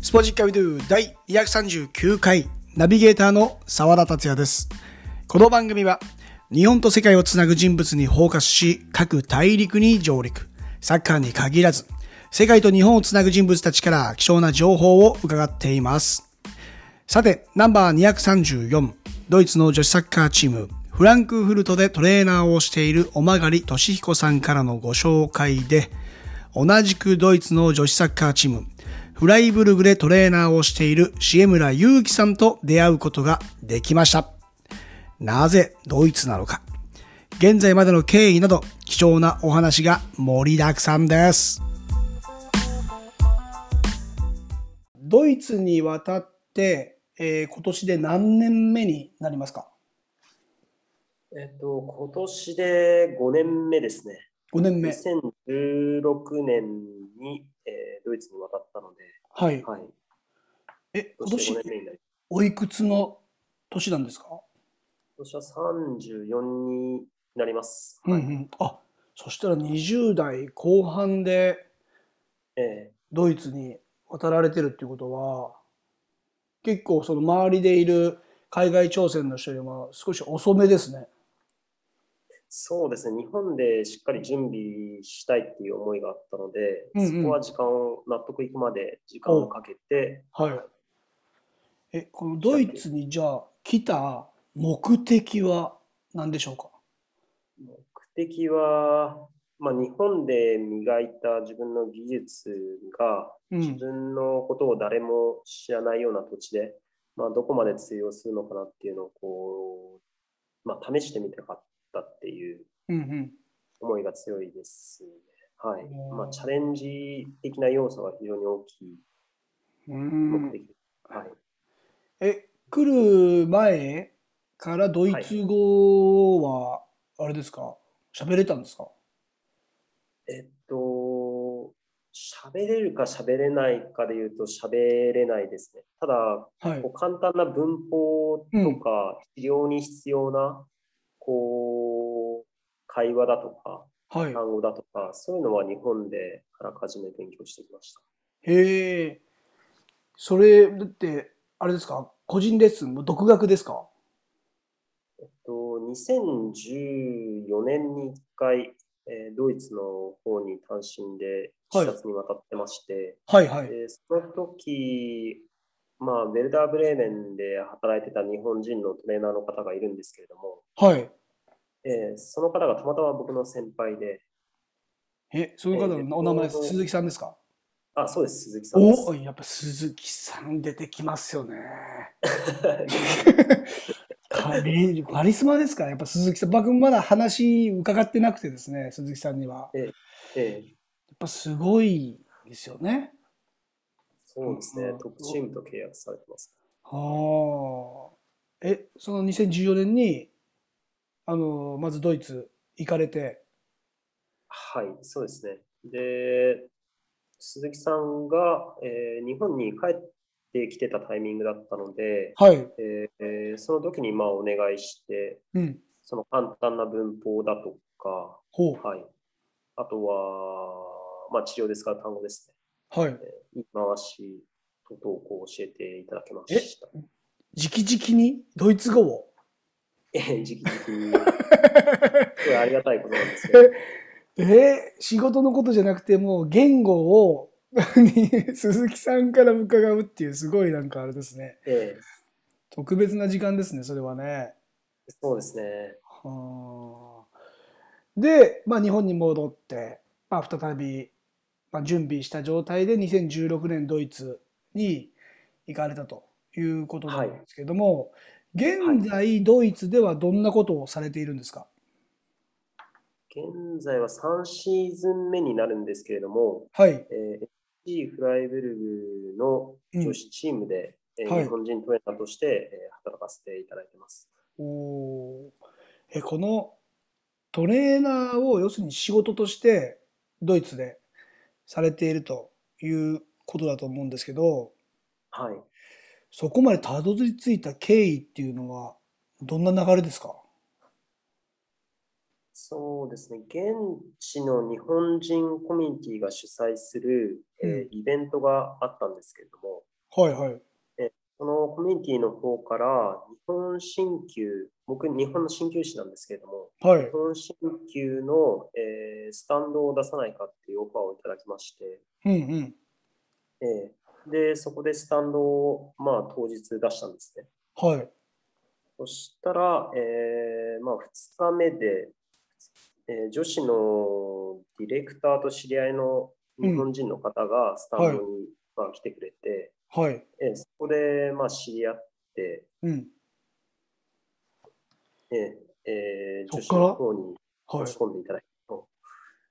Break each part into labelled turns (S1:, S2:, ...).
S1: スポジッカビドゥ第239回ナビゲーターの澤田達也です。この番組は日本と世界をつなぐ人物にフォーカスし、各大陸に上陸、サッカーに限らず、世界と日本をつなぐ人物たちから貴重な情報を伺っています。さて、ナンバー234、ドイツの女子サッカーチーム、フランクフルトでトレーナーをしているおまがりとしひこさんからのご紹介で、同じくドイツの女子サッカーチーム、フライブルグでトレーナーをしている重村祐樹さんと出会うことができました。なぜドイツなのか、現在までの経緯など貴重なお話が盛りだくさんです。ドイツに渡って、えー今年で何年目になりますか
S2: えっと、今年で5年目ですね。
S1: ?5 年目。
S2: 2016年に、えードイツに渡ったので、
S1: はい。
S2: はい、
S1: え、今
S2: 今
S1: 年
S2: 年で5年目になり
S1: おいくつの年なんですか、
S2: 今年は34になります。
S1: うんう
S2: はい
S1: ん。あ、そしたら20代後半で
S2: え
S1: ドイツに渡られてるっていうことは、結構その周りでいる海外挑戦の人よりも少し遅めですね。
S2: ーそうですね、日本でしっかり準備したいっていう思いがあったので、
S1: うんうん
S2: そこは時間を納得いくまで時間をかけて、
S1: はい。え、このドイツにじゃあ来た目的は何でしょうか
S2: 目的は、まあ、日本で磨いた自分の技術が、
S1: う
S2: 自
S1: ん。
S2: 分のことを誰も知らないような土地で、まあ、どこまで通用するのかなっていうのをこう、まあ、試してみたかったっていう
S1: うんうん。
S2: 思いが強いですね。はい
S1: うん
S2: まあ、チャレンジ的な要素が非常に大きいう目
S1: ん
S2: 的、はい。
S1: え、来る前からドイツ語は、あれですか喋れたんですか
S2: えっと、喋れるか喋れないかで言うと喋れないですね。ただ、
S1: はい
S2: こ。う簡単な文法とか、治療に必要な、こう、会話だとか、
S1: はい。
S2: 単語だとか、そういうのは日本であらかじめ勉強してきました。
S1: へえ。それ、だって、あれですか個人レッスンも独学ですか
S2: えっと2014年に1回、えードイツの方に単身で視察に渡ってまして、
S1: はいはい。
S2: でその時、まあ、ベルダーブレーメンで働いてた日本人のトレーナーの方がいるんですけれども、
S1: はい。
S2: えーその方がたまたま僕の先輩で、
S1: え、その方のお名前、鈴木さんですか
S2: あ、そうです、鈴木さんです。
S1: おやっぱ鈴木さん出てきますよね。カリカリスマですから、やっぱ鈴木さん。僕もまだ話伺ってなくてですね、鈴木さんには。やっ
S2: えー
S1: ぱすごいですよね。
S2: そうです
S1: う
S2: ね
S1: ん、
S2: トップチームと契約されてます。
S1: はあ。え、その2014年に、あの、まずドイツ行かれて、
S2: はい、そうですね。で、鈴木さんが、えー日本に帰ってきてたタイミングだったので、
S1: はい。
S2: えーえーその時にまあお願いして、
S1: うん。
S2: その簡単な文法だとか、
S1: ほ
S2: はい、あとは、まあ、治療で使う単語ですね。
S1: う。はい。
S2: 言い回しと投稿を教えていただきました。
S1: 直々にドイツ語を。
S2: え 時期的に、すごいありがたいことなんですけど
S1: えー仕事のことじゃなくてもう言語を 鈴木さんから伺うっていうすごいなんかあれですね。
S2: えー
S1: 特別な時間ですねそれはね。
S2: そうですね。
S1: はあで、まあ、日本に戻って、まあ、再び、まあ、準備した状態で2016年ドイツに行かれたということなんですけども、現在ドイツではどんなことをされているんですか、
S2: 現在は3シーズン目になるんですけれども、
S1: はい、
S2: えー、FC フライブルグの女子チームで、えー
S1: はい
S2: 日本人トレーナーとして、えー働かせていただいてます。
S1: おーえこのトレーナーを要するに仕事としてドイツでされているということだと思うんですけど
S2: はい。
S1: そこまでたどり着いた経緯っていうのはどんな流れですか
S2: そうですね。現地の日本人コミュニティが主催する、えーイベントがあったんですけれども、
S1: はいはい。
S2: そのコミュニティの方から、日本鍼灸、僕、日本の鍼灸師なんですけれども、
S1: はい
S2: 日。本鍼灸の、えースタンドを出さないかっていうオファーをいただきまして、
S1: うんうん。
S2: えーで、そこでスタンドを、まあ、当日出したんですね。
S1: はい。
S2: そしたら、えーまあ、2日目で、えー女子のディレクターと知り合いの日本人の方がスタンドに、
S1: は
S2: まあ、来てくれて、
S1: はい。
S2: えーそこで、まあ、知り合って、
S1: うん。
S2: えーえー
S1: そっ
S2: 女子
S1: から
S2: の方に
S1: は
S2: 申
S1: い
S2: し。込んでいただいたと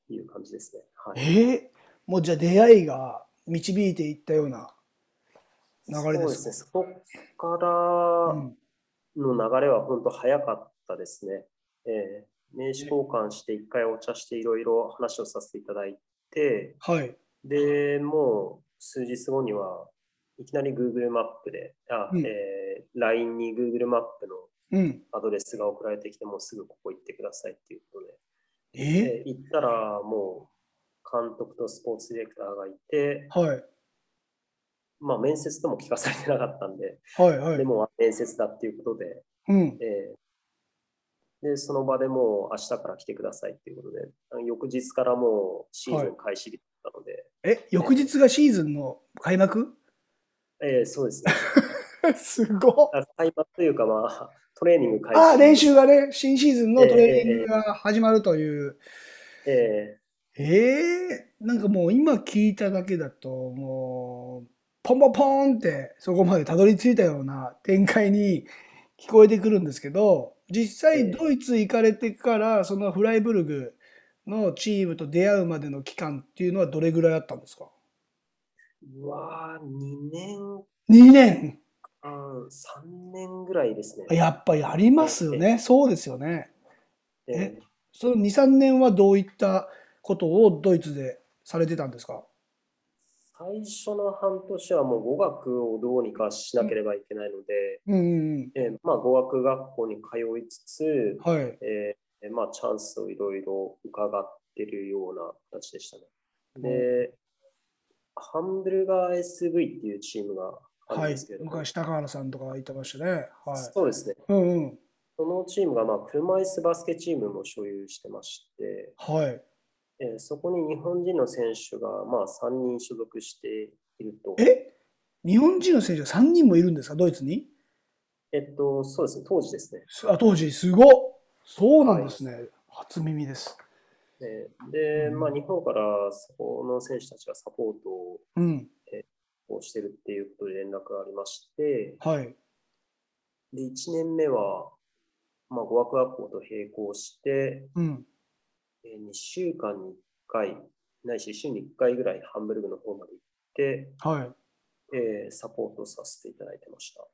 S2: いう感じですね。はい、
S1: ええもうじゃあ出会いが導いていったような流れで
S2: そうですね。
S1: す
S2: そこか
S1: か。
S2: ら
S1: うん
S2: の流れは本当早かったですね。えー名刺交換して一回お茶していろいろ話をさせていただいて、
S1: はい。
S2: で、もう数日後にはいきなり Google マップで、あ、
S1: うん
S2: えー LINE に Google マップの
S1: うん。
S2: アドレスが送られてきて、もうすぐここ行ってくださいっていうことで、
S1: え
S2: で行ったらもう監督とスポーツディレクターがいて、
S1: はい。
S2: まあ面接とも聞かされてなかったんで、
S1: はいは
S2: で
S1: い。
S2: も面接だっていうことで、
S1: うん。
S2: えーで、その場でもう明日から来てくださいっていうことで、あの翌日からもうシーズン開始日だったので、
S1: え、翌日がシーズンの開幕
S2: えーそうですね。
S1: すごっ
S2: あ開幕というか、まあ、トレーニング開始。
S1: ああ、練習がね、新シーズンのトレーニングが始まるという。
S2: え
S1: ええなんかもう今聞いただけだと、もう、ポンポンポーンってそこまでたどり着いたような展開に 聞こえてくるんですけど、実際
S2: ええ
S1: ドイツ行かれてから、そのフライブルグのチームと出会うまでの期間っていうのはどれぐらいあったんですか
S2: ーうわー、2年
S1: ?2 年
S2: 間、3年ぐらいですね。
S1: やっぱりありますよね。そうですよね。
S2: えー
S1: その2、3年はどういったことをドイツでされてたんですか
S2: 最初の半年はもう語学をどうにかしなければいけないので、
S1: うんうん
S2: えーまあ、語学学校に通いつつ、
S1: うん。はい。
S2: えーまあ、チャンスをいろいろ伺ってるような形でしたね。で、ハンブルガー SV っていうチームがある
S1: は
S2: ん
S1: い
S2: ですけれ。ども、
S1: 昔、高原さんとか言ってましたね。はい。
S2: そうですね。
S1: うんうん。
S2: そのチームが、まあ、車椅子バスケチームも所有してまして、
S1: はい。
S2: えーそこに日本人の選手が、まあ、3人所属していると、
S1: え日本人の選手が3人もいるんですか、ドイツに
S2: えっと、そうですね、当時ですね。
S1: すあ当時、すごっそうなんですね。初耳です。
S2: えーで、まあ、日本からそこの選手たちがサポート
S1: うん。
S2: をしてるっていうことで連絡がありまして、
S1: はい。
S2: で、1年目は、まあ、語学学校と並行して、
S1: うん。
S2: え2週間に1回、ないし週に1回ぐらいハンブルグの方まで行って、
S1: はい。
S2: えーサポートさせていただいてました。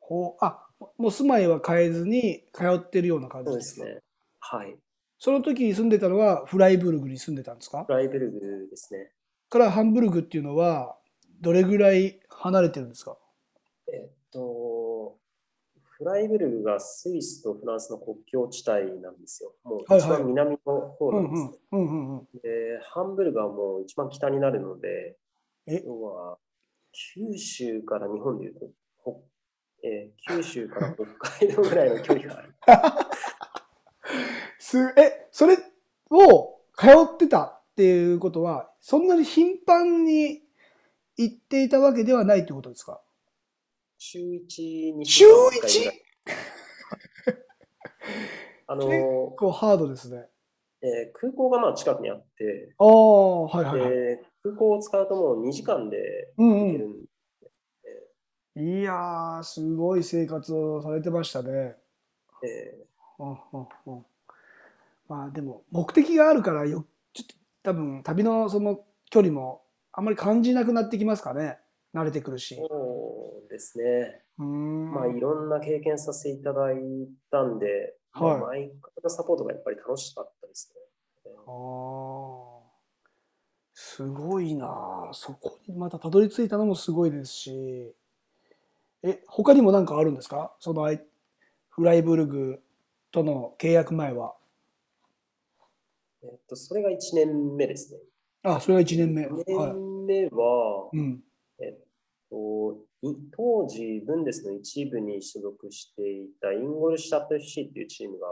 S1: ほうあもう住まいは変えずに通ってるような感
S2: そ
S1: じ
S2: う
S1: で
S2: ですす
S1: か
S2: ね。はい。
S1: その時に住んでたのはフライブルグに住んでたんですか
S2: フライベルグですね。
S1: からハンブルグっていうのはどれぐらい離れてるんですか
S2: えっと、フライベルグがスイスとフランスの国境地帯なんですよ。もう
S1: はい
S2: 一
S1: はい
S2: 番南の方
S1: う
S2: なんん
S1: う
S2: ですね。
S1: んうんうんうん。
S2: で、ハンブルグはもう一番北になるので、
S1: え
S2: 要は九州から日本でいうと、ほえー九州から北海道ぐらいの距離があ る。
S1: すえそれを通ってたっていうことはそんなに頻繁に行っていたわけではないってことですか
S2: 週1、2
S1: 週
S2: 週間に一回ぐらい
S1: 1!
S2: あ
S1: 結
S2: の、
S1: 構ハードですね。
S2: えー空港がまあ近くにあって、
S1: ああはいはいはい。
S2: で空港を使うともう2時間で
S1: う
S2: 行
S1: ん
S2: け
S1: う
S2: る
S1: ん、
S2: ん
S1: いやーすごい生活をされてましたね。
S2: で、
S1: うんうんうんまあでも目的があるからよちょっと多分旅のその距離もあんまり感じなくなってきますかね。慣れてくるし。
S2: そうですね。
S1: うん
S2: まあ、いろんな経験させていただいたんで、
S1: はい
S2: まあ毎回のサポートがやっぱり楽しかったですね。
S1: あーすごいなあそこにまたたどり着いたのもすごいですしえ他にも何かあるんですかそのあいフライブルグとの契約前は
S2: えっと、それが1年目ですね。
S1: あそれが1年目、
S2: 2
S1: は
S2: 年目は、
S1: いうん、
S2: えっと、い当時、ブンデスの一部に所属していたインゴルシュタット FC っていうチームが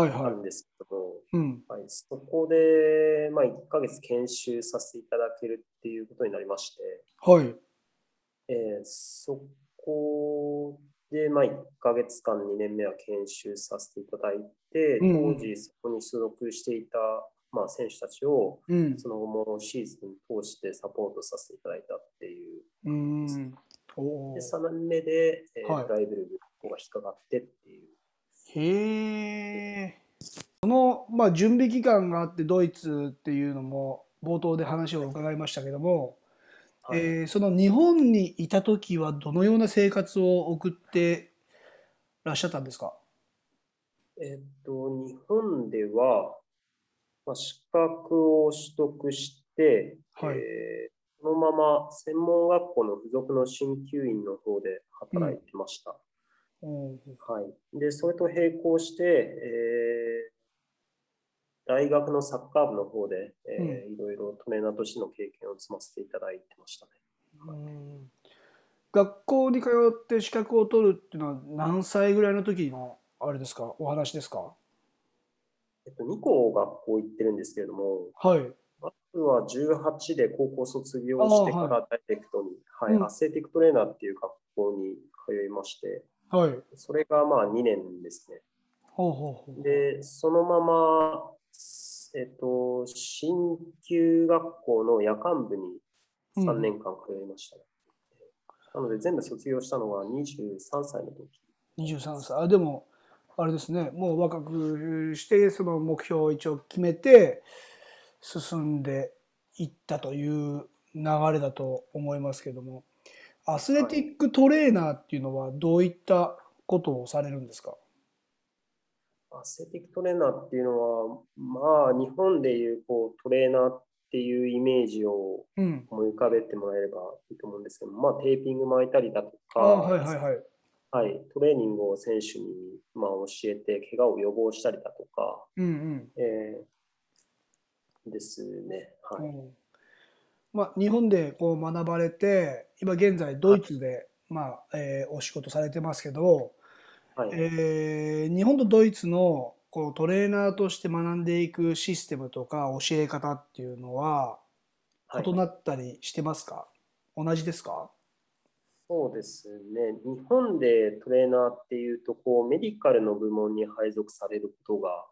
S1: はい
S2: あ
S1: はい
S2: るんですけども、
S1: うん
S2: はい、そこで、まあ、1ヶ月研修させていただけるっていうことになりまして、
S1: はい
S2: えーそこで、まあ、1ヶ月間、2年目は研修させていただいて、
S1: うん
S2: 当時そこに所属していた、まあ、選手たちを、
S1: うん
S2: その後もシーズン通してサポートさせていただいたっていう。
S1: うんお
S2: で、
S1: ー
S2: 3年目で、えー
S1: はい
S2: フライブルグの方が引っかかってっていう。
S1: へえその、まあ、準備期間があってドイツっていうのも冒頭で話を伺いましたけども、
S2: はい
S1: えーその日本にいた時はどのような生活を送ってらっしゃったんですか
S2: えーっと、日本では、まあ、資格を取得して、
S1: はい
S2: えーそのまま専門学校の付属の鍼灸院の方で働いてました。
S1: お
S2: はい。で、それと並行して、えー大学のサッカー部の方で、えーいろいろトレーナーとしての経験を積ませていただいてましたね。
S1: うん学校に通って資格を取るっていうのは何歳ぐらいの時のあれですかお話ですか
S2: えっと、2校学校行ってるんですけれども、
S1: はい。
S2: まずは18で高校卒業してか
S1: あーは
S2: らダイレクトに、はい
S1: うん
S2: アスレティックトレーナーっていう学校に通いまして、
S1: はい。
S2: それがまあ2年ですね。
S1: ほうほうほう。
S2: で、そのまま、えっと、新旧学校の夜間部に3年間通いましたね、なので、全部卒業したのが23歳の時。
S1: 23歳。あ、でも、あれですね。もう若くして、その目標を一応決めて、進んでいったという流れだと思いますけども、アスレティックトレーナーっていうのはどういったことをされるんですか
S2: アスレティックトレーナーっていうのは、まあ、日本でいうこうトレーナーっていうイメージを
S1: うん。
S2: 思い浮かべてもらえればいいと思うんですけど、まあ、テーピング巻いたりだと
S1: あ
S2: か、
S1: はいはいはい。
S2: はいトレーニングを選手に、まあ、教えて、怪我を予防したりだとか、
S1: うん
S2: えーですね。
S1: うん。
S2: はい。
S1: うんまあ、日本でこう学ばれて、今現在ドイツで、まあ、えーお仕事されてますけど、
S2: はい
S1: えー日本とドイツのこうトレーナーとして学んでいくシステムとか教え方っていうのは
S2: はい
S1: 異なったりしてますか、同じですか
S2: そうですね。日本でトレーナーっていうと、こう、メディカルの部門に配属されることが、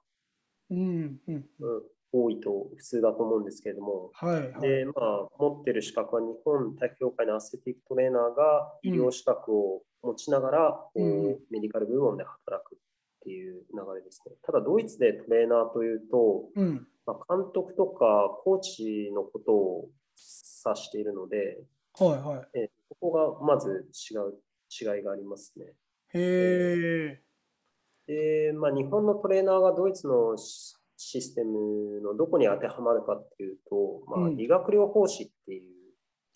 S1: うんうん
S2: うん多いと、普通だと思うんですけれども、
S1: はいはい
S2: で、まあ、持ってる資格は日本体育協会のアスレティックトレーナーが医療資格を持ちながら、こう
S1: うんうん
S2: メディカル部門で働くっていう流れですね。ただ、ドイツでトレーナーというと、
S1: うん
S2: まあ、監督とかコーチのことを指しているので、
S1: はいはい
S2: えーここがまず違う違いがありますね。
S1: へえ
S2: で、まあ、日本のトレーナーがドイツのシシステムのどこに当てはまるかっていうと、ま
S1: う
S2: あ、
S1: ん
S2: 理学療法士っていう、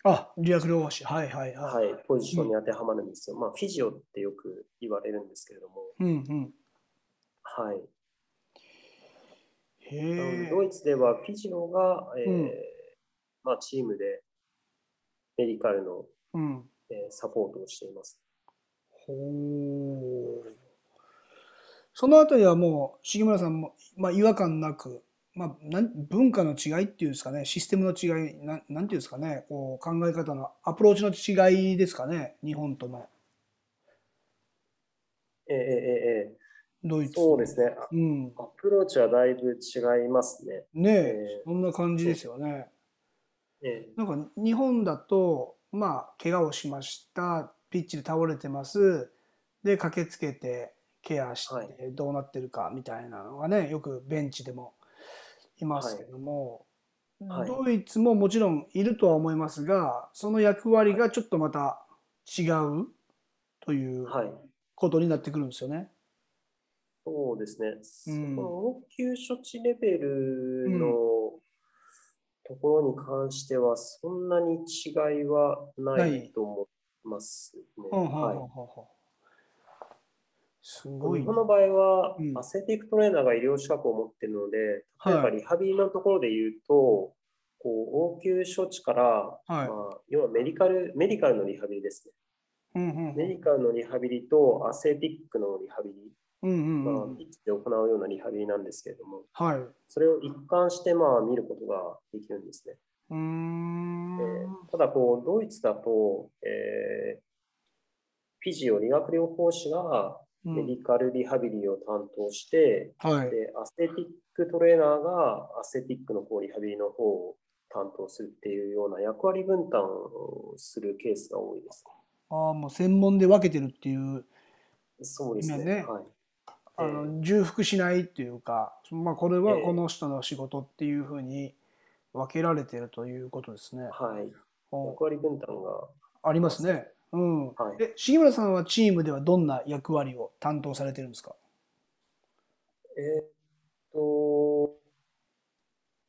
S1: あリアクローシはいはいは
S2: はい、ポジションに当てはまるんですよ。まあ、フィジオってよく言われるんですけれども、
S1: いうんうん
S2: はい、なので
S1: へ
S2: ドイツではフィジオが、えー
S1: うん
S2: まあ、チームでメディカルの、
S1: えうん
S2: えーサポートをしています。
S1: ほうそのあたりはもう重村さんも、まあ、違和感なく、まあ、なん文化の違いっていうんですかねシステムの違いなんなんていうんですかねこう考え方のアプローチの違いですかね日本との
S2: えーえーえーえー
S1: ドイツ
S2: そうですね。あ
S1: うん、
S2: アプローチはだいぶ違いますね。
S1: ねえ
S2: えー
S1: そんな感じですよね。
S2: え
S1: なんか日本だと、まあ、怪我をしました、ピッチで倒れてます、で、駆けつけてケアし
S2: はい
S1: てどうなってるかみたいなのがね、よくベンチでもいますけども、
S2: はい
S1: ドイツももちろんいるとは思いますが、その役割がちょっとまた違うという
S2: はい。
S1: ことになってくるんですよね。
S2: そうですね。そ
S1: うん
S2: の応急処置レベルのところに関しては、そんなに違いはな
S1: ない
S2: いと思いますね。
S1: ほうほう
S2: はい
S1: ほうほうほうすごい
S2: 日
S1: ね。
S2: 本の場合は、
S1: うん
S2: アスレティックトレーナーが医療資格を持っているので、
S1: はい
S2: 例えばリハビリのところで言うと、こう応急処置から、ま
S1: はい
S2: あ、要はメディカルメディカルのリハビリです
S1: うんうん
S2: ね。メディカルのリハビリとアスレティックのリハビリ、
S1: うんう
S2: まあ
S1: んうん、
S2: ピッチで行うようなリハビリなんですけれども、
S1: はい。う
S2: それを一貫してまあ見ることができるんですね。
S1: ーん。
S2: ただこう、ドイツだと、えーフィジオ理学療法士が
S1: う
S2: メデ
S1: ん
S2: ィカルリハビリを担当して、
S1: はい。
S2: で、アステティックトレーナーがアステティックの方、リハビリの方を担当するっていうような役割分担をするケースが多いです。
S1: ああ、もう専門で分けてるっていう、
S2: そうです
S1: 今
S2: ね。
S1: ね
S2: はい。
S1: あ
S2: えー
S1: の重複しないっていうか、まあ、これは
S2: ええ
S1: この人の仕事っていうふうに分けられてるということですね。
S2: はい。
S1: ほう
S2: 役割分担が、は
S1: ありますね。うん。
S2: い。
S1: で、重村さんはチームではどんな役割を担当されてるんですか
S2: えーっと、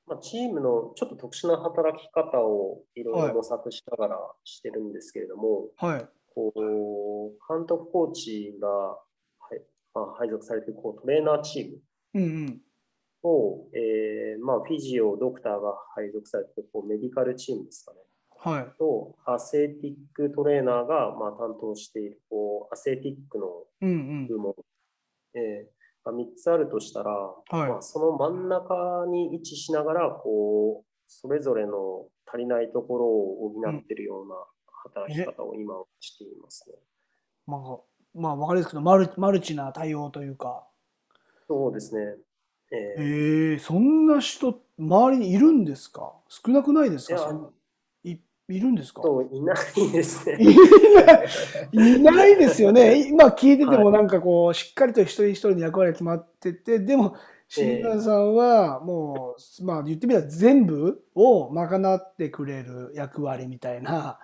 S2: まあ、チームのちょっと特殊な働き方をいろい
S1: はい
S2: ろ模索しながらしてるんですけれども、
S1: はい。
S2: こう、監督コーチが、はいまあ、配属されてるこうトレーナーチーム
S1: うんうん。
S2: を、えーまあ、フィジオ、ドクターが配属されてるこうメディカルチームですかね、
S1: はい。
S2: とアセティックトレーナーが、まあ、担当しているこうアセティックの
S1: うんうん。
S2: 部門、えーまあ、3つあるとしたら、
S1: い
S2: まあ、その真ん中に位置しながらこう、それぞれの足りないところを補っているような働き方を今していますね。
S1: まあ、まあ、わかりやすく言うとマルマルチな対応というか。
S2: そうですね。えー
S1: ええそんな人、周りにいるんですか少なくないですか
S2: いや
S1: そんいいるんですか
S2: といないですね。
S1: いないです よね。今聞いててもなんかこう、しっかりと一人一人の役割が決まってて、でも、シーガンさんはもう、まあ言ってみたら全部を賄ってくれる役割みたい な、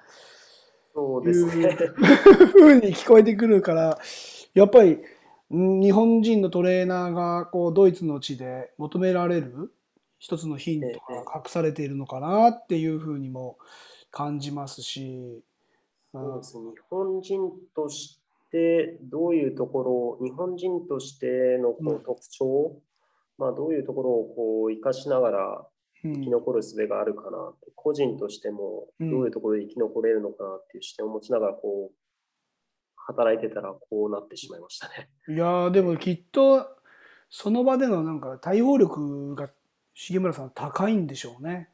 S2: そうですね。
S1: 風に聞こえてくるから、やっぱり、ん日本人のトレーナーがこうドイツの地で求められる一つのヒントが隠されているのかなっていうふうにも感じますし、う
S2: そうんですね日本人としてどういうところを日本人としての
S1: う
S2: こ
S1: ん
S2: う特徴を、まあ、どういうところをこう生かしながら
S1: うん
S2: 生き残る術があるかなって個人としても
S1: うん
S2: どういうところで生き残れるのかなっていう視点を持ちながらこう働いてたらこうなってしまいましたね。
S1: いやーでもきっとその場でのなんか対応力が重村さん高いんでしょうね。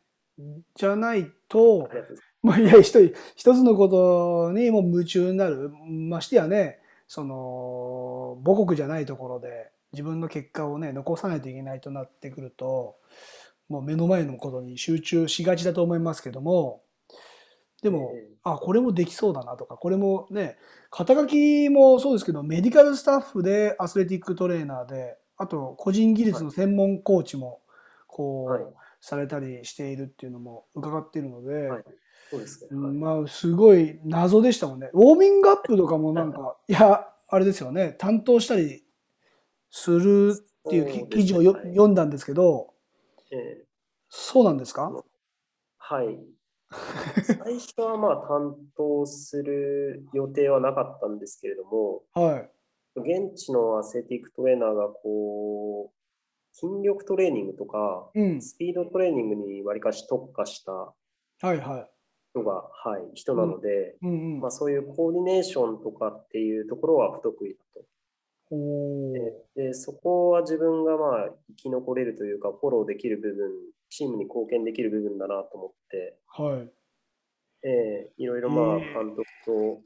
S1: じゃないと
S2: あ、りがとうござい
S1: まあ、いや一人一つのことにもう夢中になるましてやねその母国じゃないところで自分の結果をね残さないといけないとなってくるともう目の前のことに集中しがちだと思いますけどもでも、
S2: ええ
S1: あこれもできそうだなとかこれもね肩書きもそうですけどメディカルスタッフでアスレティックトレーナーであと個人技術の専門コーチもこう、
S2: はい
S1: されたりしているっていうのも伺っているので。
S2: はいそうです
S1: う
S2: ね。はい
S1: んまあすごい謎でしたもんね。ウォーミングアップとかもなんか、いや、あれですよね、担当したりするっていう
S2: そうですね
S1: き記事をよ、
S2: はい
S1: 読んだんですけど、
S2: えー
S1: そうなんですか
S2: はい。最初はまあ担当する予定はなかったんですけれども、
S1: はい。
S2: 現地のアスレティックトレーナーがこう、筋力トレーニングとか、
S1: うん。
S2: スピードトレーニングにわりかし特化した
S1: はいは
S2: 人が、はい、人なので、
S1: い。うんうん。
S2: まあ、そういうコーディネーションとかっていうところは不得意だと。
S1: おー
S2: ででそこは自分がまあ生き残れるというか、フォローできる部分、チームに貢献できる部分だなと思って、
S1: はい。
S2: ええいろいろまあ
S1: うん
S2: 監督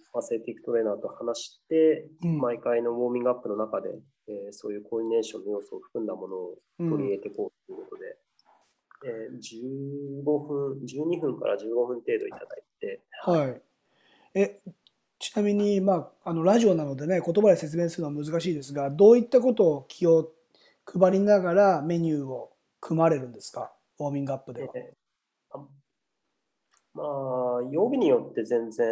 S2: とアスレティックトレーナーと話して、
S1: うん
S2: 毎回のウォーミングアップの中で、ええそういうコーディネーションの要素を含んだものを
S1: う
S2: 取り入
S1: ん
S2: れていこうということで、ええ15分、12分から15分程度いただいて、
S1: はい。え、ちなみに、まあ、あの、ラジオなのでね、言葉で説明するのは難しいですが、どういったことを気を配りながらメニューを組まれるんですかウォーミングアップでは。
S2: ええあまあ、曜日によって全然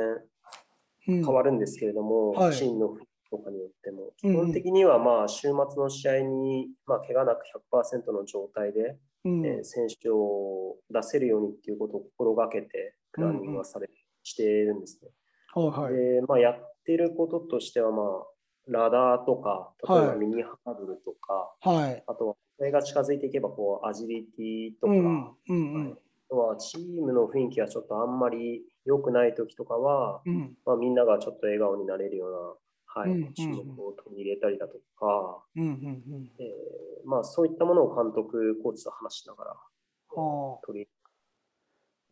S1: うん
S2: 変わるんですけれども、
S1: はい
S2: チームの雰囲気とかによっても、
S1: うんう
S2: 基
S1: ん
S2: 本的にはまあ週末の試合に、まあ、怪我なく100%の状態で、
S1: うん
S2: えー選手を出せるようにっていうことを心がけて、プランニングはされ、しているんですね。
S1: はいはい。
S2: でまあ、やってることとしては、まあ、ラダーとか、例え
S1: は
S2: ば
S1: い
S2: ミニハードルとか、
S1: はい。
S2: あとは、それが近づいていけばこう、アジリティと
S1: う
S2: か、
S1: んうんうん
S2: はいあとはチームの雰囲気がちょっとあんまり良くない時とかは、
S1: うん
S2: まあ、みんながちょっと笑顔になれるような、はい
S1: うんうんうん
S2: 種目を取り入れたりだとか、
S1: うんうん
S2: えーまあ、そういったものを監督、コーチと話しながら、えー
S1: はあ
S2: 取り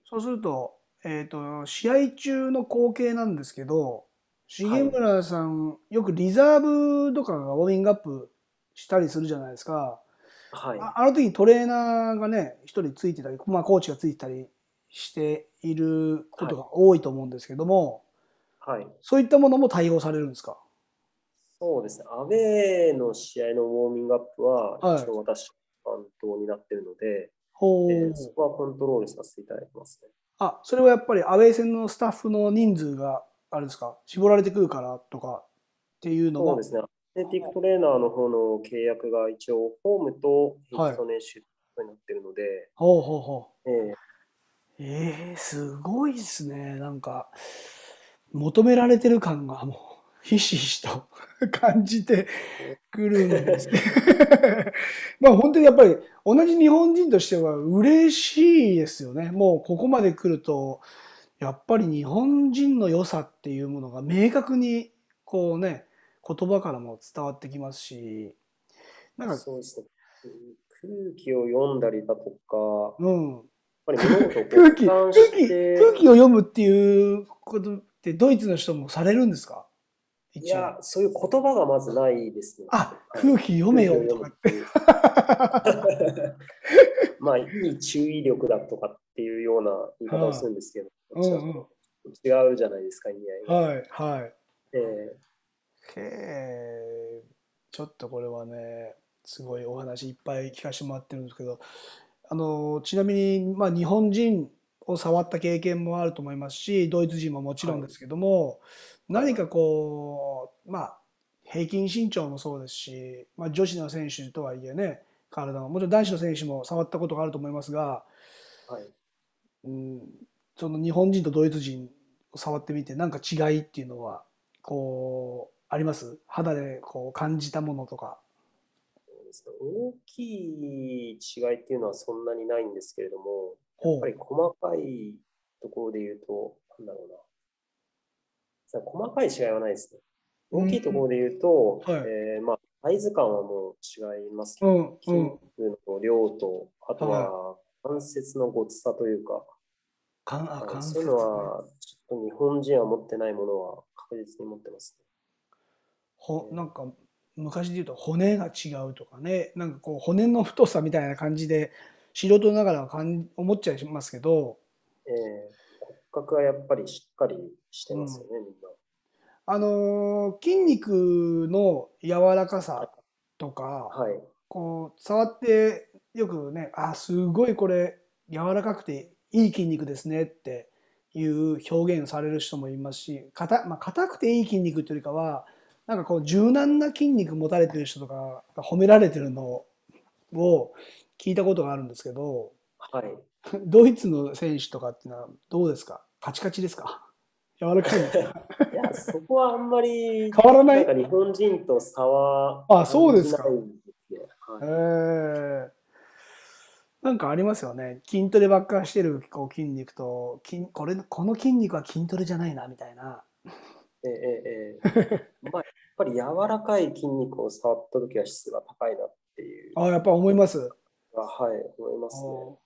S1: そうすると、えっと、試合中の光景なんですけど、重村さん、よくリザーブとかがウォーミングアップしたりするじゃないですか。
S2: はい、
S1: ああの時トレーナーがね、一人ついてたり、まあコーチがついてたりしていることが多いと思うんですけども、
S2: はい。
S1: そういったものも対応されるんですか
S2: そうですね、アウェーの試合のウォーミングアップは、
S1: はい
S2: 一応私、担当になってるので、
S1: ほう
S2: えーそこはコントロールさせていただいてますね。
S1: あ、それはやっぱりアウェイ戦のスタッフの人数が、あれですか、絞られてくるからとかっていうの
S2: そう
S1: は
S2: で、すね、アスレティックトレーナーの方の契約が一応、ホームと
S1: はい
S2: 平日の練習になってるので、
S1: ほうほうほ
S2: えー
S1: う。ええすごいですね。なんか、求められてる感がもう、ひしひしと 感じてくるんです ね。まあ本当にやっぱり、同じ日本人としては嬉しいですよね。もうここまで来ると、やっぱり日本人の良さっていうものが明確に、こうね、言葉からも伝わってきますし、なんか、
S2: そうですね。空気を読んだり だとか、
S1: うん。
S2: やっぱり物事を
S1: 空気、
S2: 俯
S1: 空
S2: 瞰
S1: 気、
S2: して
S1: 空気を読むっていうことってドイツの人もされるんですか
S2: い
S1: 一応。
S2: や、そういう言葉がまずないですね。
S1: あ、空気読めよとか。
S2: 空気を読むっていう まあ、いい注意力だとかっていうような言い方をするんですけど、
S1: う
S2: こっち
S1: ん
S2: だ
S1: うん
S2: と違うじゃないですか、意味合いが。
S1: はい、はい。
S2: え
S1: へえ、ちょっとこれはね、すごいお話いっぱい聞かせてもらってるんですけど、あの、ちなみに、まあ、日本人を触った経験もあると思いますし、ドイツ人ももちろんですけども、何かこう、まあ、平均身長もそうですし、まあ、女子の選手とはいえね、体も、もちろん男子の選手も触ったことがあると思いますが、
S2: ーはい
S1: うん、その日本人とドイツ人を触ってみてなんか違いっていうのはこうあります肌でこう感じたものとか。
S2: そうですね大きい違いっていうのはそんなにないんですけれども、
S1: ほう
S2: やっぱり細かいところで言うと、なんだろうな。さ細かい違いはないですね。大きいところで言うと、
S1: うんはい
S2: えーまあ、サイズ感はもう違いますね。
S1: うん
S2: 筋
S1: うん、
S2: 肉の量と、あとは関節のごつさというか、
S1: かんあ
S2: はい
S1: 関節
S2: そういうのは、ちょっと日本人は持ってないものは確実に持ってますね。
S1: ほなんか昔で言うと骨が違うとかねなんかこう骨の太さみたいな感じで素人ながらはかん思っちゃいますけど
S2: えー骨格はやっぱりしっかりしてますよね、みんな。
S1: あのー筋肉の柔らかさとか
S2: はい。
S1: こう触ってよくねあすごいこれ柔らかくていい筋肉ですねっていう表現をされる人もいますし硬、まあ、硬くていい筋肉というよりかはなんかこう柔軟な筋肉持たれてる人とかが褒められてるのを聞いたことがあるんですけど
S2: はい。
S1: ドイツの選手とかっていうのはどうですかカチカチですか柔らかいの
S2: いや、そこはあんま
S1: 変
S2: り
S1: わらな
S2: なん
S1: い
S2: か日本人と差は
S1: あそうですか
S2: 感じないですね
S1: え
S2: はい
S1: ーなんかありますよね筋トレばっかしてるこう筋肉と筋これこの筋肉は筋トレじゃないなみたいな
S2: えええええ えまあ、やっぱり柔らかい筋肉を触った時は質が高いなっていう
S1: あやっぱ思います
S2: のは、はい、思いますね。
S1: お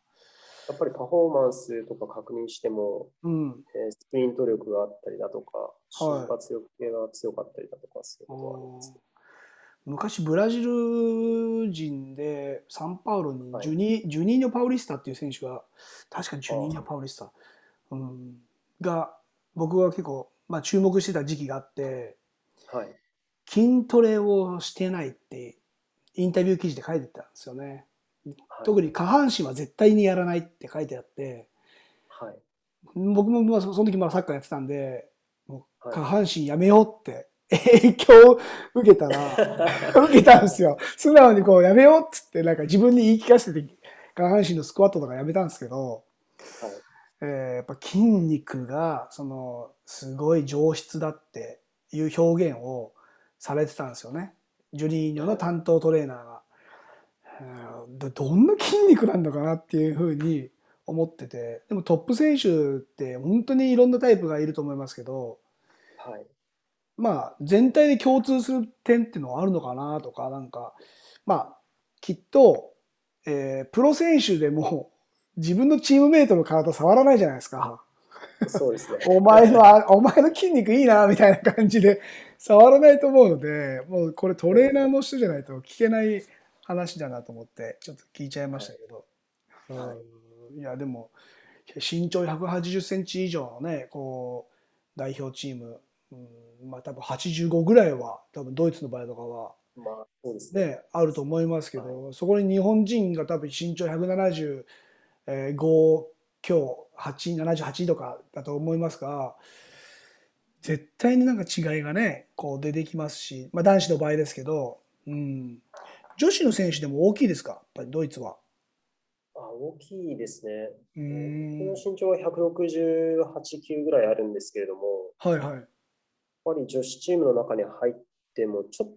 S2: やっぱりパフォーマンスとか確認しても、
S1: うん
S2: えースプリント力があったりだとか、
S1: はい
S2: 瞬発力系が強かったりだとかすることはありますね。
S1: 昔ブラジル人でサンパウロに
S2: はい
S1: ジュニ,、ジュニーニョ・パウリスタっていう選手が確かにジュニーニョ・パウリスタ、うん、が僕は結構、まあ、注目してた時期があって
S2: はい。
S1: 筋トレをしてないってインタビュー記事で書いてたんですよね。
S2: はい
S1: 特に下半身は絶対にやらないって書いてあって、僕もまあそその時まだサッカーやってたんで、もう
S2: はい
S1: 下半身やめようって 影響を受けたら、 受けたんですよ。素直にこうやめようっつってなんか自分に言い聞かせて下半身のスクワットとかやめたんですけど、
S2: はい
S1: えーやっぱ筋肉がそのすごい上質だっていう表現をされてたんですよね。ジュニーニョの担当トレーナーが。うんどどんな筋肉なんだかなっていうふうに思っててでもトップ選手って本当にいろんなタイプがいると思いますけど
S2: はい。
S1: まあ全体で共通する点っていうのはあるのかなとかなんかまあきっと、えープロ選手でも自分のチームメイトの体触らないじゃないですか。
S2: そうです ね。
S1: お前のあ、お前の筋肉いいな、みたいな感じで触らないと思うの で、もうこれトレーナーの人じゃないと聞けない話だなと思って、ちょっと聞いちゃいましたけど。
S2: はい
S1: うんいや、でも、身長180センチ以上のね、こう、代表チーム、うん、まあ多分85ぐらいは、多分ドイツの場合とかは、
S2: まあ、そうですね。
S1: ね、あると思いますけど、そこに日本人が多分身長175強8 78とかだと思いますが絶対になんか違いがねこう出てきますし、まあ、男子の場合ですけど、うん、女子の選手でも大きいですかやっぱりドイツは。
S2: あ大きいですね。
S1: う
S2: 僕
S1: ん
S2: の身長は168、9ぐらいあるんですけれども、
S1: はいはい。
S2: やっぱり女子チームの中に入っても、ちょっ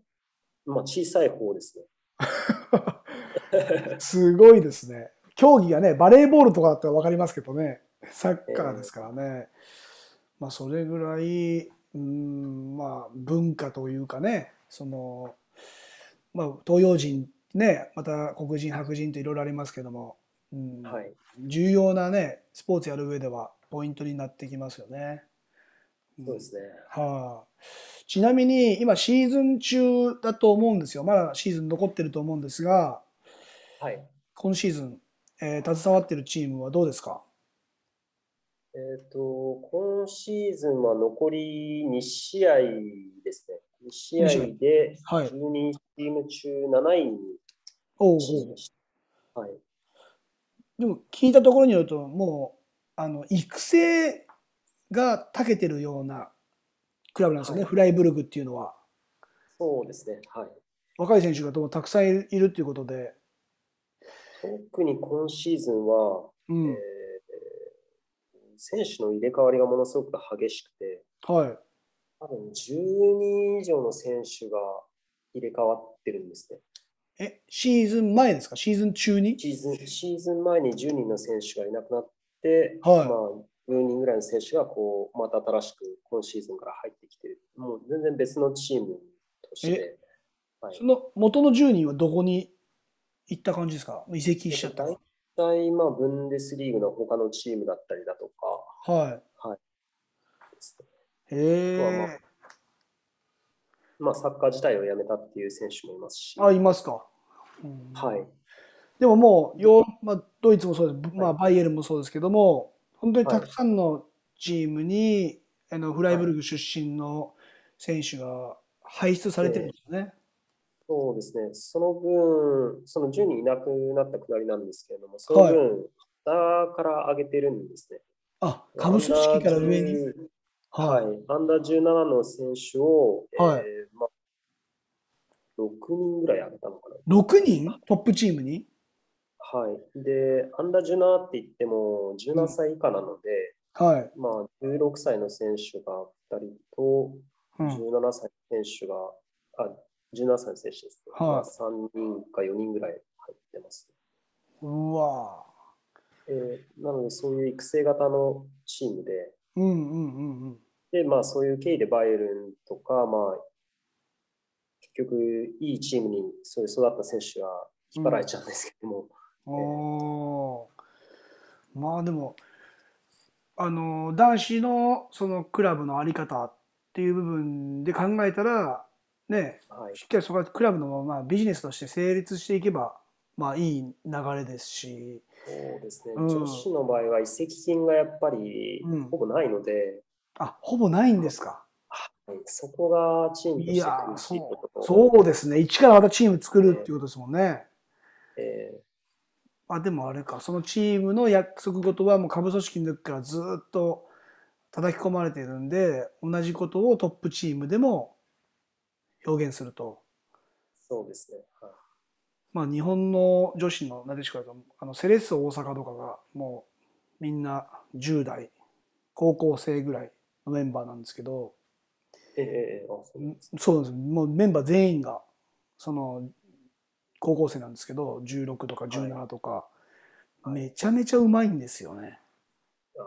S2: と、まあ、小さい方ですね。
S1: すごいですね。競技がね、バレーボールとかだったら分かりますけどね、サッカーですからね。まあ、それぐらい、うーん、まあ、文化というかね、その、まあ、東洋人、ね、また黒人、白人といろいろありますけども、うん
S2: はい。
S1: 重要なね、スポーツやる上ではポイントになってきますよね。ん
S2: そうですね。
S1: はあ、ちなみに今シーズン中だと思うんですよ。まだシーズン残ってると思うんですが、
S2: はい。
S1: 今シーズン、えー携わってるチームはどうですか
S2: えっ、と、今シーズンは残り2試合ですね。2試合で
S1: はい
S2: 12チーム中7位に
S1: おう
S2: チー
S1: おう
S2: ムした。はい。
S1: でも聞いたところによるともうあの育成が長けてるようなクラブなんですよね、
S2: はい
S1: フライブルグっていうのは
S2: そうですね。はい。
S1: 若い選手がどうもたくさんいるいるっていうことで、
S2: 特に今シーズンは、
S1: うん
S2: えー選手の入れ替わりがものすごく激しくて、
S1: はい
S2: 多分10人以上の選手が入れ替わってるんですね。
S1: えシーズン前ですかシーズン中に
S2: シーズンシーズン前に10人の選手がいなくなって、
S1: はい
S2: まあ、10人ぐらいの選手がこうまた新しく今シーズンから入ってきてる、もう全然別のチームとして、はい
S1: その元の10人はどこに行った感じですか移籍しちゃった
S2: えっ大体まあブンデスリーグの他のチームだったりだとか
S1: は
S2: ですね、
S1: いへ
S2: まあま
S1: え
S2: まあ、サッカー自体をやめたっていう選手もいますし、
S1: あいますか、うん
S2: はい、
S1: でももうヨー、まあ、ドイツもそうです、まあ、バイエルンもそうですけども、本当にたくさんのチームに、あのフライブルグ出身の選手が輩出されてるんですよね。
S2: そうですね、その分、その10人いなくなったくだりなんですけれども、その分、下から上げてるんですね。
S1: あ、株組織から上に。
S2: はい、
S1: い。
S2: アンダー17の選手を、
S1: はい
S2: えーまあ、6人ぐらい上げたのかな。
S1: 6人トップチームに
S2: はい、で、アンダー17って言っても17歳以下なので、
S1: はい。
S2: まあ、16歳の選手が2人と、
S1: うん、
S2: 17歳の選手が、あ17歳の選手です、ね
S1: はい
S2: まあ、3人か4人ぐらい入ってます、
S1: うわ
S2: えーなので、そういう育成型のチームで、
S1: ぁうんうんうんうん。
S2: で、まあ、そういう経緯でバイエルンとか、まあ、結局、いいチームにそういう育った選手が引っ張られちゃうんですけども、
S1: おーまあでもあの男子のそのクラブのあり方っていう部分で考えたらね
S2: はい、
S1: しっかりそこはクラブのままビジネスとして成立していけば、まあ、いい流れですし、
S2: そうですね、
S1: うん
S2: 女子の場合は移籍金がやっぱり
S1: うん
S2: ほぼないので、
S1: あほぼないんですか。
S2: はいそこがチームと
S1: い
S2: して
S1: や
S2: 苦
S1: ー
S2: しいこと
S1: そうそうですね、一からまたチーム作るっていうことですもんね。
S2: え
S1: あ、でもあれか、そのチームの約束事はもう下部組織の時からずっと叩き込まれているんで、同じことをトップチームでも表現すると。
S2: そうですね。はい、
S1: まあ、日本の女子の、なでしこだと、あの、セレッソ大阪とかが、もう、みんな10代、高校生ぐらいのメンバーなんですけど、
S2: ええええあそうなんですね
S1: そうなんです。もうメンバー全員が、その、高校生なんですけど、16とか17とか、
S2: はい
S1: めちゃめちゃうまいんですよね。
S2: あ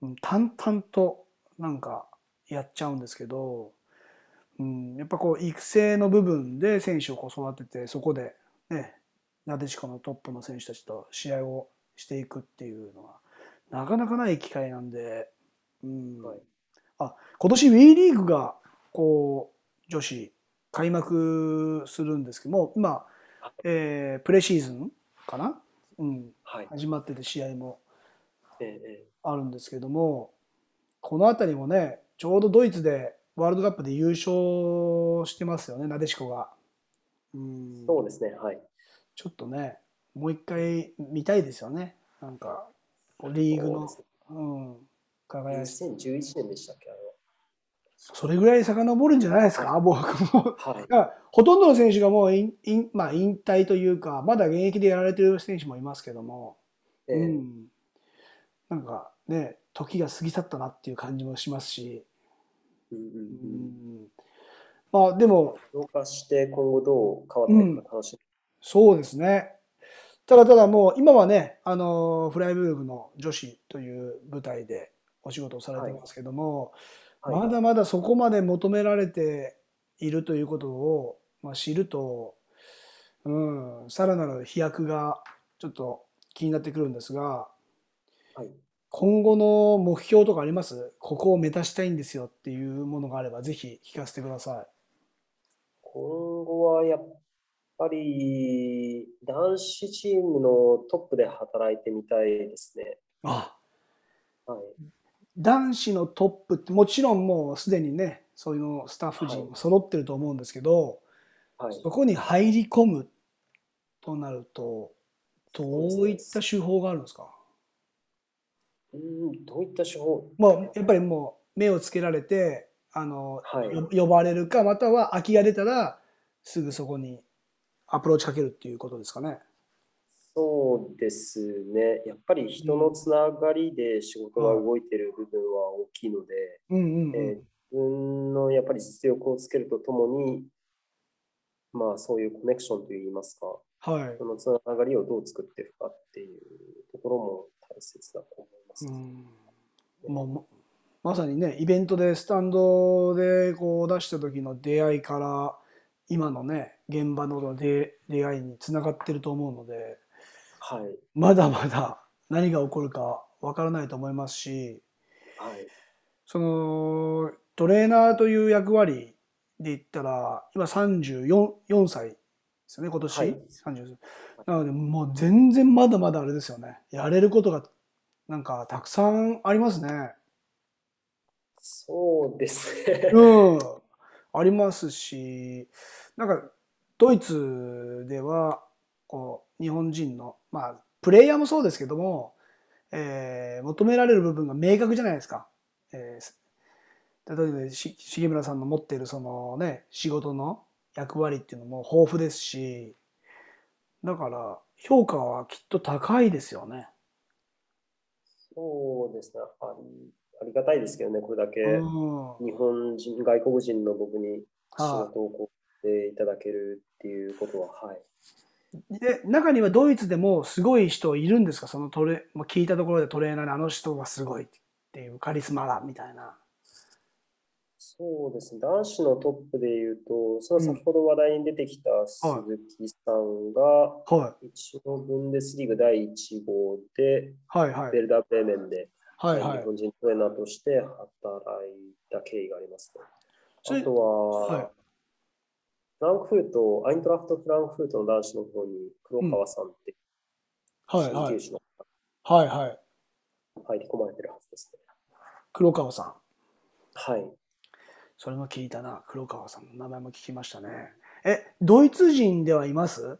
S1: うん淡々と、なんか、やっちゃうんですけど、うん、やっぱこう、育成の部分で選手をこう育てて、そこで、ね、なでしこのトップの選手たちと試合をしていくっていうのは、なかなかない機会なんで、うん、
S2: はい
S1: あ、今年 WE リーグが、こう、女子、開幕するんですけども、今、えープレシーズンかな、うん、
S2: はい。
S1: 始まってて試合も
S2: ええええ
S1: あるんですけども、この辺りもね、ちょうどドイツでワールドカップで優勝してますよね、なでしこが。うん、
S2: そうですね。はい。
S1: ちょっとね、もう一回見たいですよね、なんか、こうリーグの、
S2: そう
S1: うん、輝
S2: で
S1: き。
S2: すね2011年でしたっけ、あ
S1: それぐらい遡るんじゃないですか、僕も。
S2: れは。はい。
S1: だからほとんどの選手がもう引引まあ、引退というか、まだ現役でやられてる選手もいますけども、
S2: ええ
S1: うん、なんかね、時が過ぎ去ったなっていう感じもしますし、
S2: うんうん
S1: う
S2: うん。
S1: んまあでも、
S2: どうかして今後どう変わっていくか楽し
S1: そうですね。ただただもう、今はね、あのフライブルグの女子という舞台でお仕事をされてますけども、
S2: み。はい
S1: まだまだそこまで求められているということを、まあ、知ると、うん、さらなる飛躍がちょっと気になってくるんですが、
S2: はい
S1: 今後の目標とかありますここを目指したいんですよっていうものがあれば、ぜひ聞かせてくださ
S2: 今後はやっぱり男子チームのトップで働いてみたいですね。
S1: い。あ
S2: はい、
S1: 男子のトップって、もちろんもうすでにね、そういうのスタッフ陣も揃ってると思うんですけど、
S2: はい、
S1: そこに入り込むとなると、どういった手法があるんですか
S2: うんどういった手法
S1: まあ、やっぱりもう目をつけられてあの、
S2: はい、
S1: よ呼ばれるかまたは空きが出たらすぐそこにアプローチかけるっていうことですかね。
S2: そうですね。やっぱり人のつながりで仕事が動いてる部分は大きいので、
S1: うんうんうん
S2: えー自分のやっぱり実力をつけるとともに、まあそういうコネクションといいますか、
S1: はい
S2: そのつながりをどう作っていくかっていうところも大切だと思います。
S1: うんまあままさにねイベントでスタンドでこう出した時の出会いから今のね現場の出出会いにつながってると思うので
S2: はい、
S1: まだまだ何が起こるかわからないと思いますし
S2: はい、
S1: そのトレーナーという役割で言ったら今34 4歳ですよね今年、
S2: はい
S1: 30なのでもう全然まだまだあれですよねやれることがなんかたくさんありますね
S2: そうですね。
S1: うんありますしなんかドイツではこう日本人のまあプレイヤーもそうですけども、えー求められる部分が明確じゃないですか。えー例えばし重村さんの持っているそのね仕事の役割っていうのも豊富ですしだから評価はきっと高いですよね。
S2: そうですねあり。ありがたいですけどね、これだけ
S1: うんは
S2: 日本人、外国人の僕に仕
S1: い
S2: 事をこうやっていただけるっていうことは、はい。
S1: で中にはドイツでもすごい人いるんですかそのトレ、まあ、聞いたところでトレーナーであの人はすごいっていうカリスマだみたいな。
S2: そうですね、男子のトップでいうと、その
S1: うん
S2: 先ほど話題に出てきた鈴木さんが、
S1: は
S2: 一応ブンデスリーグ第1号で、
S1: い。はいは
S2: ベ
S1: い。
S2: ルダー・ブレメンで、
S1: はいは
S2: 日
S1: い。
S2: 本人トレーナーとして働いた経緯がありますね。
S1: それ
S2: あとは、
S1: はい
S2: フランクフルト、アイントラフト・フランクフルトの男子の方に黒川さんっていう
S1: はい
S2: 研
S1: はい
S2: 究。師が
S1: はいはい。
S2: 入り込まれてるはずですね。
S1: 黒川さん。
S2: はい。
S1: それも聞いたな。黒川さんの名前も聞きましたね。え、ドイツ人ではいます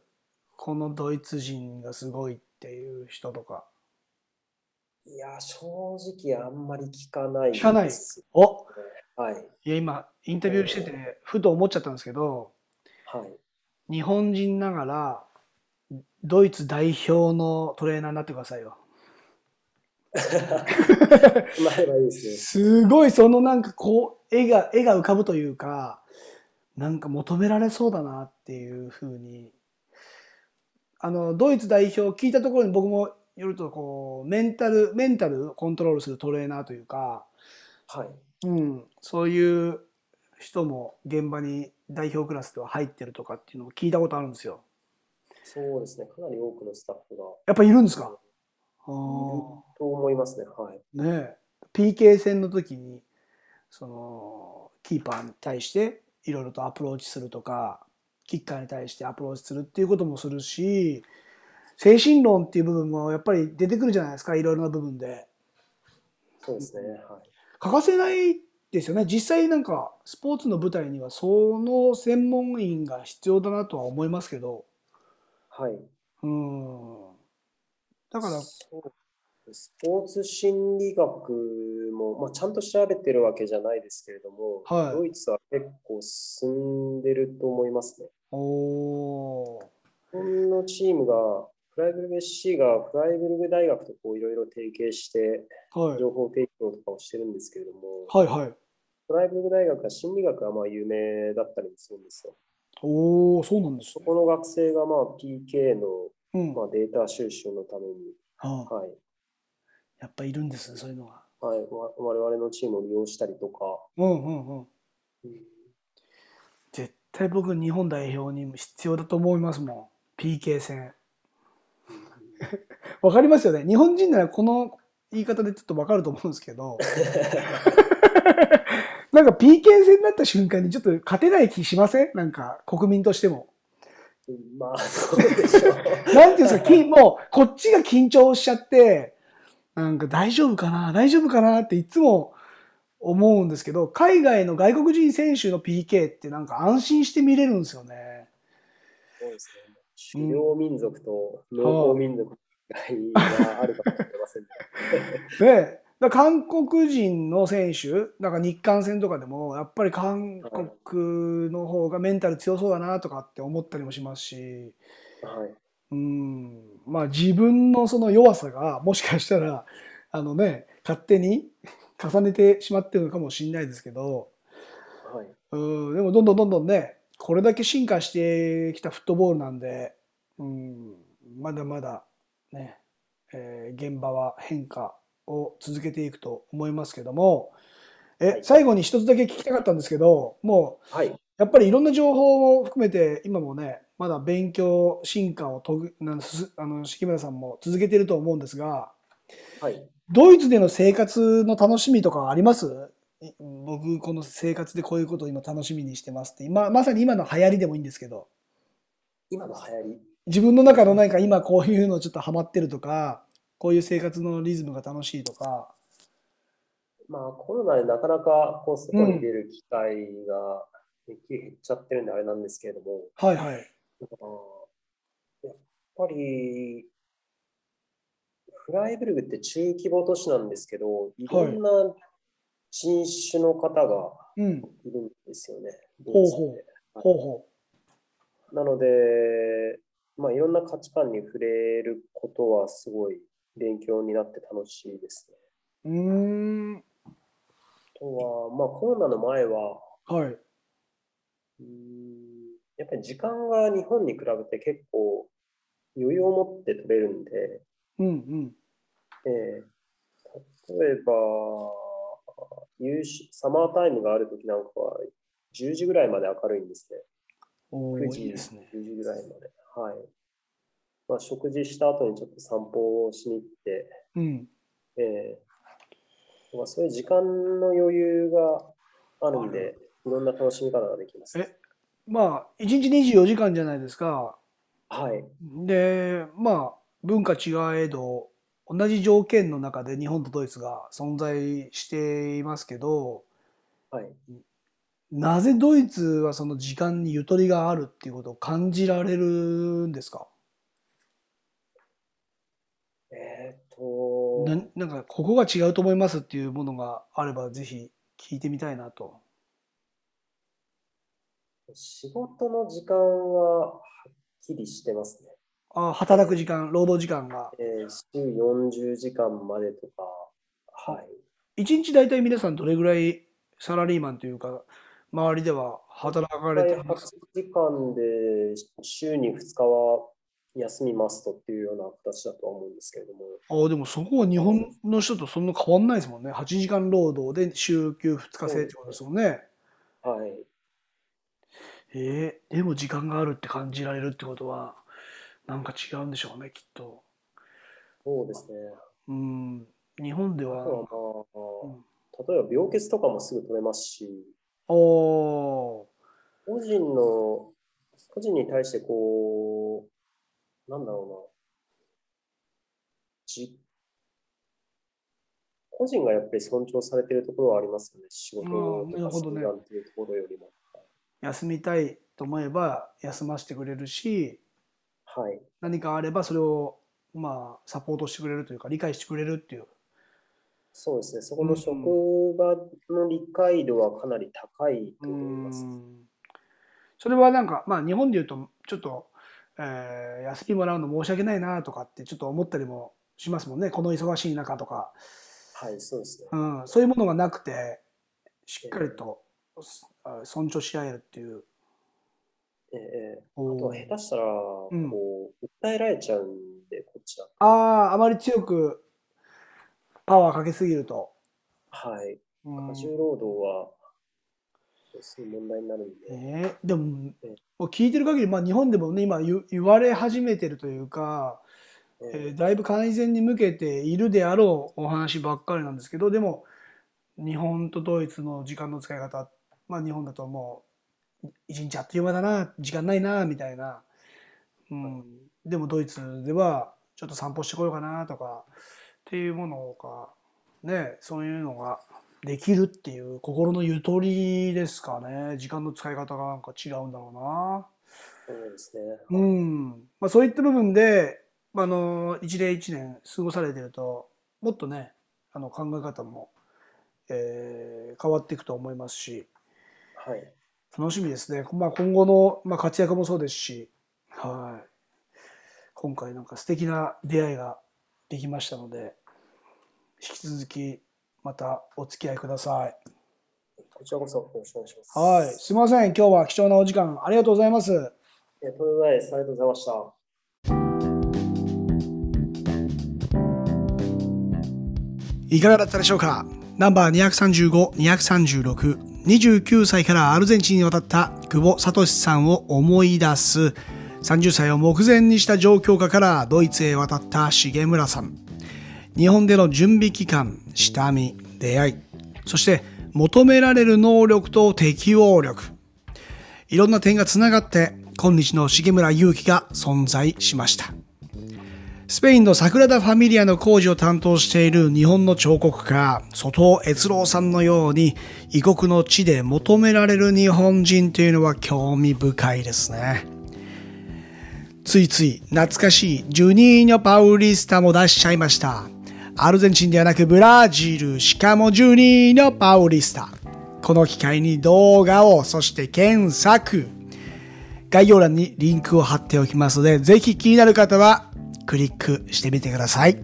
S1: このドイツ人がすごいっっていう人とか。
S2: いや、正直あんまり聞かないです。
S1: 聞かないお
S2: はい。
S1: いや、今、インタビューしてて、ふと思っちゃったんですけど、
S2: はい。
S1: 日本人ながら、ドイツ代表のトレーナーになってくださいよ。
S2: なればいいですね。
S1: すごい、そのなんかこう、絵が、絵が浮かぶというか、なんか求められそうだなっていうふうに、あの、ドイツ代表聞いたところに僕もよると、こう、メンタル、メンタルをコントロールするトレーナーというか、
S2: はい。
S1: うん、そういう人も現場に代表クラスでは入ってるとかっていうのを聞いたことあるんですよ。
S2: そうですね。かなり多くのスタッフが
S1: やっぱいるんですかあ
S2: い
S1: ー
S2: ると思いますね。はい。
S1: ねえ PK 戦の時にそのキーパーに対していろいろとアプローチするとかキッカーに対してアプローチするっていうこともするし精神論っていう部分もやっぱり出てくるじゃないですかいろいろな部分で
S2: そうですね。はい。
S1: 欠かせないですよね実際なんかスポーツの舞台にはその専門員が必要だなとは思いますけど
S2: はい。
S1: うんだから
S2: そうスポーツ心理学も、まあ、ちゃんと調べてるわけじゃないですけれども、
S1: はい
S2: ドイツは結構進んでると思いますね。
S1: おー
S2: 日本のチームが、フライブルグ SC がフライブルグ大学とこういろいろ提携して、
S1: はい
S2: 情報提供とかをしてるんですけれども、
S1: はいはい
S2: フライブルグ大学は心理学がまあ有名だったりもするんですよ。
S1: おおそうなんです
S2: そ
S1: ね
S2: この学生がまあ PK の
S1: うん
S2: まあデータ収集のために、
S1: ああ
S2: はい
S1: やっぱいるんですね、そういうのが。
S2: はい、わ我々のチームを利用したりとか、
S1: うんうんうん。
S2: うん
S1: 絶対僕、日本代表にも必要だと思いますもん。PK 戦。わかりますよね。日本人ならこの言い方でちょっとわかると思うんですけど。なんか PK 戦になった瞬間にちょっと勝てない気しませんなんか国民としても。
S2: まあ、そうでしょう。
S1: なんていうんですか、きもうこっちが緊張しちゃって、なんか大丈夫かな大丈夫かなっていつも思うんですけど、海外の外国人選手の PK ってなんか安心して見れるんですよね。
S2: そうですね。狩猟民族と農耕民族の違いがあるかもしれませんね。
S1: で、だから韓国人の選手、なんか日韓戦とかでも、やっぱり韓国の方がメンタル強そうだなとかって思ったりもしますし、
S2: はい。
S1: うん、まあ自分のその弱さがもしかしたら、あのね、勝手に 重ねてしまってるのかもしれないですけど、
S2: はい。
S1: うん、でもどんどんどんどんね、これだけ進化してきたフットボールなんで、うん、まだまだね、えー現場は変化を続けていくと思いますけども、
S2: は
S1: え、
S2: い
S1: 最後に一つだけ聞きたかったんですけど、もう
S2: はい。
S1: やっぱりいろんな情報を含めて、今もね、まだ勉強、進化をとぐなんすあの四季村さんも続けていると思うんですが、
S2: はい。
S1: ドイツでの生活の楽しみとかありますい僕、この生活でこういうことを今楽しみにしてますって、今まさに今の流行りでもいいんですけど、
S2: 今の流行り。
S1: 自分の中のなんか今こういうのちょっとハマってるとか、こういう生活のリズムが楽しいとか、
S2: まあ、コロナでなかなかこう外に出る機会がめっきり減っちゃってるんであれなんですけれども、
S1: はいはい。
S2: あーやっぱり、フライブルグって中規模都市なんですけど、いろんな人種の方が
S1: うん。
S2: いるんですよね。
S1: ほうほう。ほうほ
S2: なので、まあ、いろんな価値観に触れることはすごい勉強になって楽しいですね。
S1: う。うーん。
S2: あとは、まあ、コロナの前は、
S1: はい。
S2: うーんやっぱり時間が日本に比べて結構余裕を持って取れるんで、
S1: うんうん。
S2: ええ例えば夕食サマータイムがある時なんかは10時ぐらいまで明るいんですね。
S1: おー
S2: 9時
S1: いいですね。
S2: 10時ぐらいまで。はい。まあ、食事した後にちょっと散歩をしに行って、
S1: うん。
S2: ええまあ、そういう時間の余裕があるん
S1: あ
S2: で、いろんな楽しみ方ができます。
S1: えまあ、1日24時間じゃないですか。
S2: はい。
S1: で、まあ、文化違えど、同じ条件の中で日本とドイツが存在していますけど、
S2: はい。
S1: なぜドイツはその時間にゆとりがあるっていうことを感じられるんですかななんかここが違うと思いますっていうものがあればぜひ聞いてみたいなと。
S2: 仕事の時間ははっきりしてますね。
S1: あ働く時間労働時間が
S2: えー週40時間までとか、はい。
S1: 一日大体皆さんどれぐらいサラリーマンというか周りでは働かれて
S2: 8
S1: ます
S2: 時間で週に2日は休みますとっていうような形だとは思うんですけれども、
S1: あでもそこは日本の人とそんな変わんないですもんね8時間労働で週休2日制ってことですもんね
S2: はい。
S1: えーでも時間があるって感じられるってことはなんか違うんでしょうねきっと
S2: そうですね。
S1: うん日本で
S2: あ
S1: は
S2: とは
S1: う
S2: ま
S1: ん
S2: あ、例えば病欠とかもすぐ取れますし、
S1: おー
S2: 個人の、個人に対してこう、なんだろうな、じ個人がやっぱり尊重されてるところはありますよね、仕事
S1: うんなる
S2: の
S1: ほ
S2: 時
S1: どね
S2: 間っていうところよりも。
S1: 休みたいと思えば休ませてくれるし
S2: はい、
S1: 何かあればそれをまあサポートしてくれるというか理解してくれるっていう
S2: そうですね、そこ
S1: う
S2: の
S1: ん
S2: 職場の理解度はかなり高いと
S1: う
S2: 思います。
S1: んそれはなんか、まあ、日本でいうとちょっと、えー休みもらうの申し訳ないなとかってちょっと思ったりもしますもんねこの忙しい中とか、
S2: はい、そうですね。
S1: うん、そういうものがなくてしっかりと、あ尊重し合えるっていう。
S2: ええあとは下手したら、こ
S1: うん
S2: う、訴えられちゃうんで、こっちは。
S1: あああまり強くパワーかけすぎると。
S2: はい。
S1: うん
S2: 過重労働は、そういう問題になるんで。
S1: ねえでも
S2: ええ
S1: もう聞いてる限り、まあ、日本でもね今言言われ始めてるというか、えーだいぶ改善に向けているであろうお話ばっかりなんですけどでも日本とドイツの時間の使い方、まあ、日本だともう一日あっという間だな時間ないなみたいな、うんでもドイツではちょっと散歩してこようかなとかっていうものがねそういうのができるっていう心のゆとりですかね時間の使い方がなんか違うんだろうな。
S2: そうですね。
S1: うんまあ、そういった部分で、まああの一例一年過ごされてるともっとねあの考え方も、えー変わっていくと思いますし
S2: はい。
S1: 楽しみですね、まあ、今後の、まあ、活躍もそうですし、はい、今回なんか素敵な出会いができましたので引き続きまたお付き合いください。
S2: こちらこそよろしくお願いします。
S1: はい、すいません今日は貴重なお時間ありがとうございます。
S2: えーとんでもないです。ありがとうございました。
S1: いかがだったでしょうかナンバー235、236、29歳からアルゼンチンに渡った久保聡さんを思い出す、30歳を目前にした状況下からドイツへ渡った重村さん。日本での準備期間、下見、出会い、そして求められる能力と適応力。いろんな点がつながって、今日の重村祐希が存在しました。スペインの桜田ファミリアの工事を担当している日本の彫刻家、外尾悦郎さんのように、異国の地で求められる日本人というのは興味深いですね。ついつい懐かしいジュニーニョ・パウリスタも出しちゃいました。アルゼンチンではなくブラジル、しかもジュニーニョ・パウリスタ。この機会に動画を、そして検索。概要欄にリンクを貼っておきますので、ぜひ気になる方はクリックしてみてください。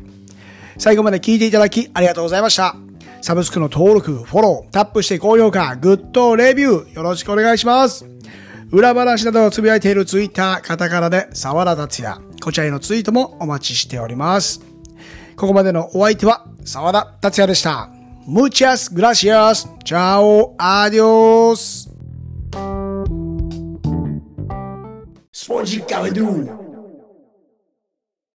S1: 最後まで聞いていただきありがとうございました。サブスクの登録、フォロー、タップして高評価、グッド、レビュー、よろしくお願いします。裏話などをつぶやいているツイッター、カタカナで沢田達也、こちらへのツイートもお待ちしております。ここまでのお相手は沢田達也でした。Muchas gracias. Chao. Adios. Spongey Cavedou.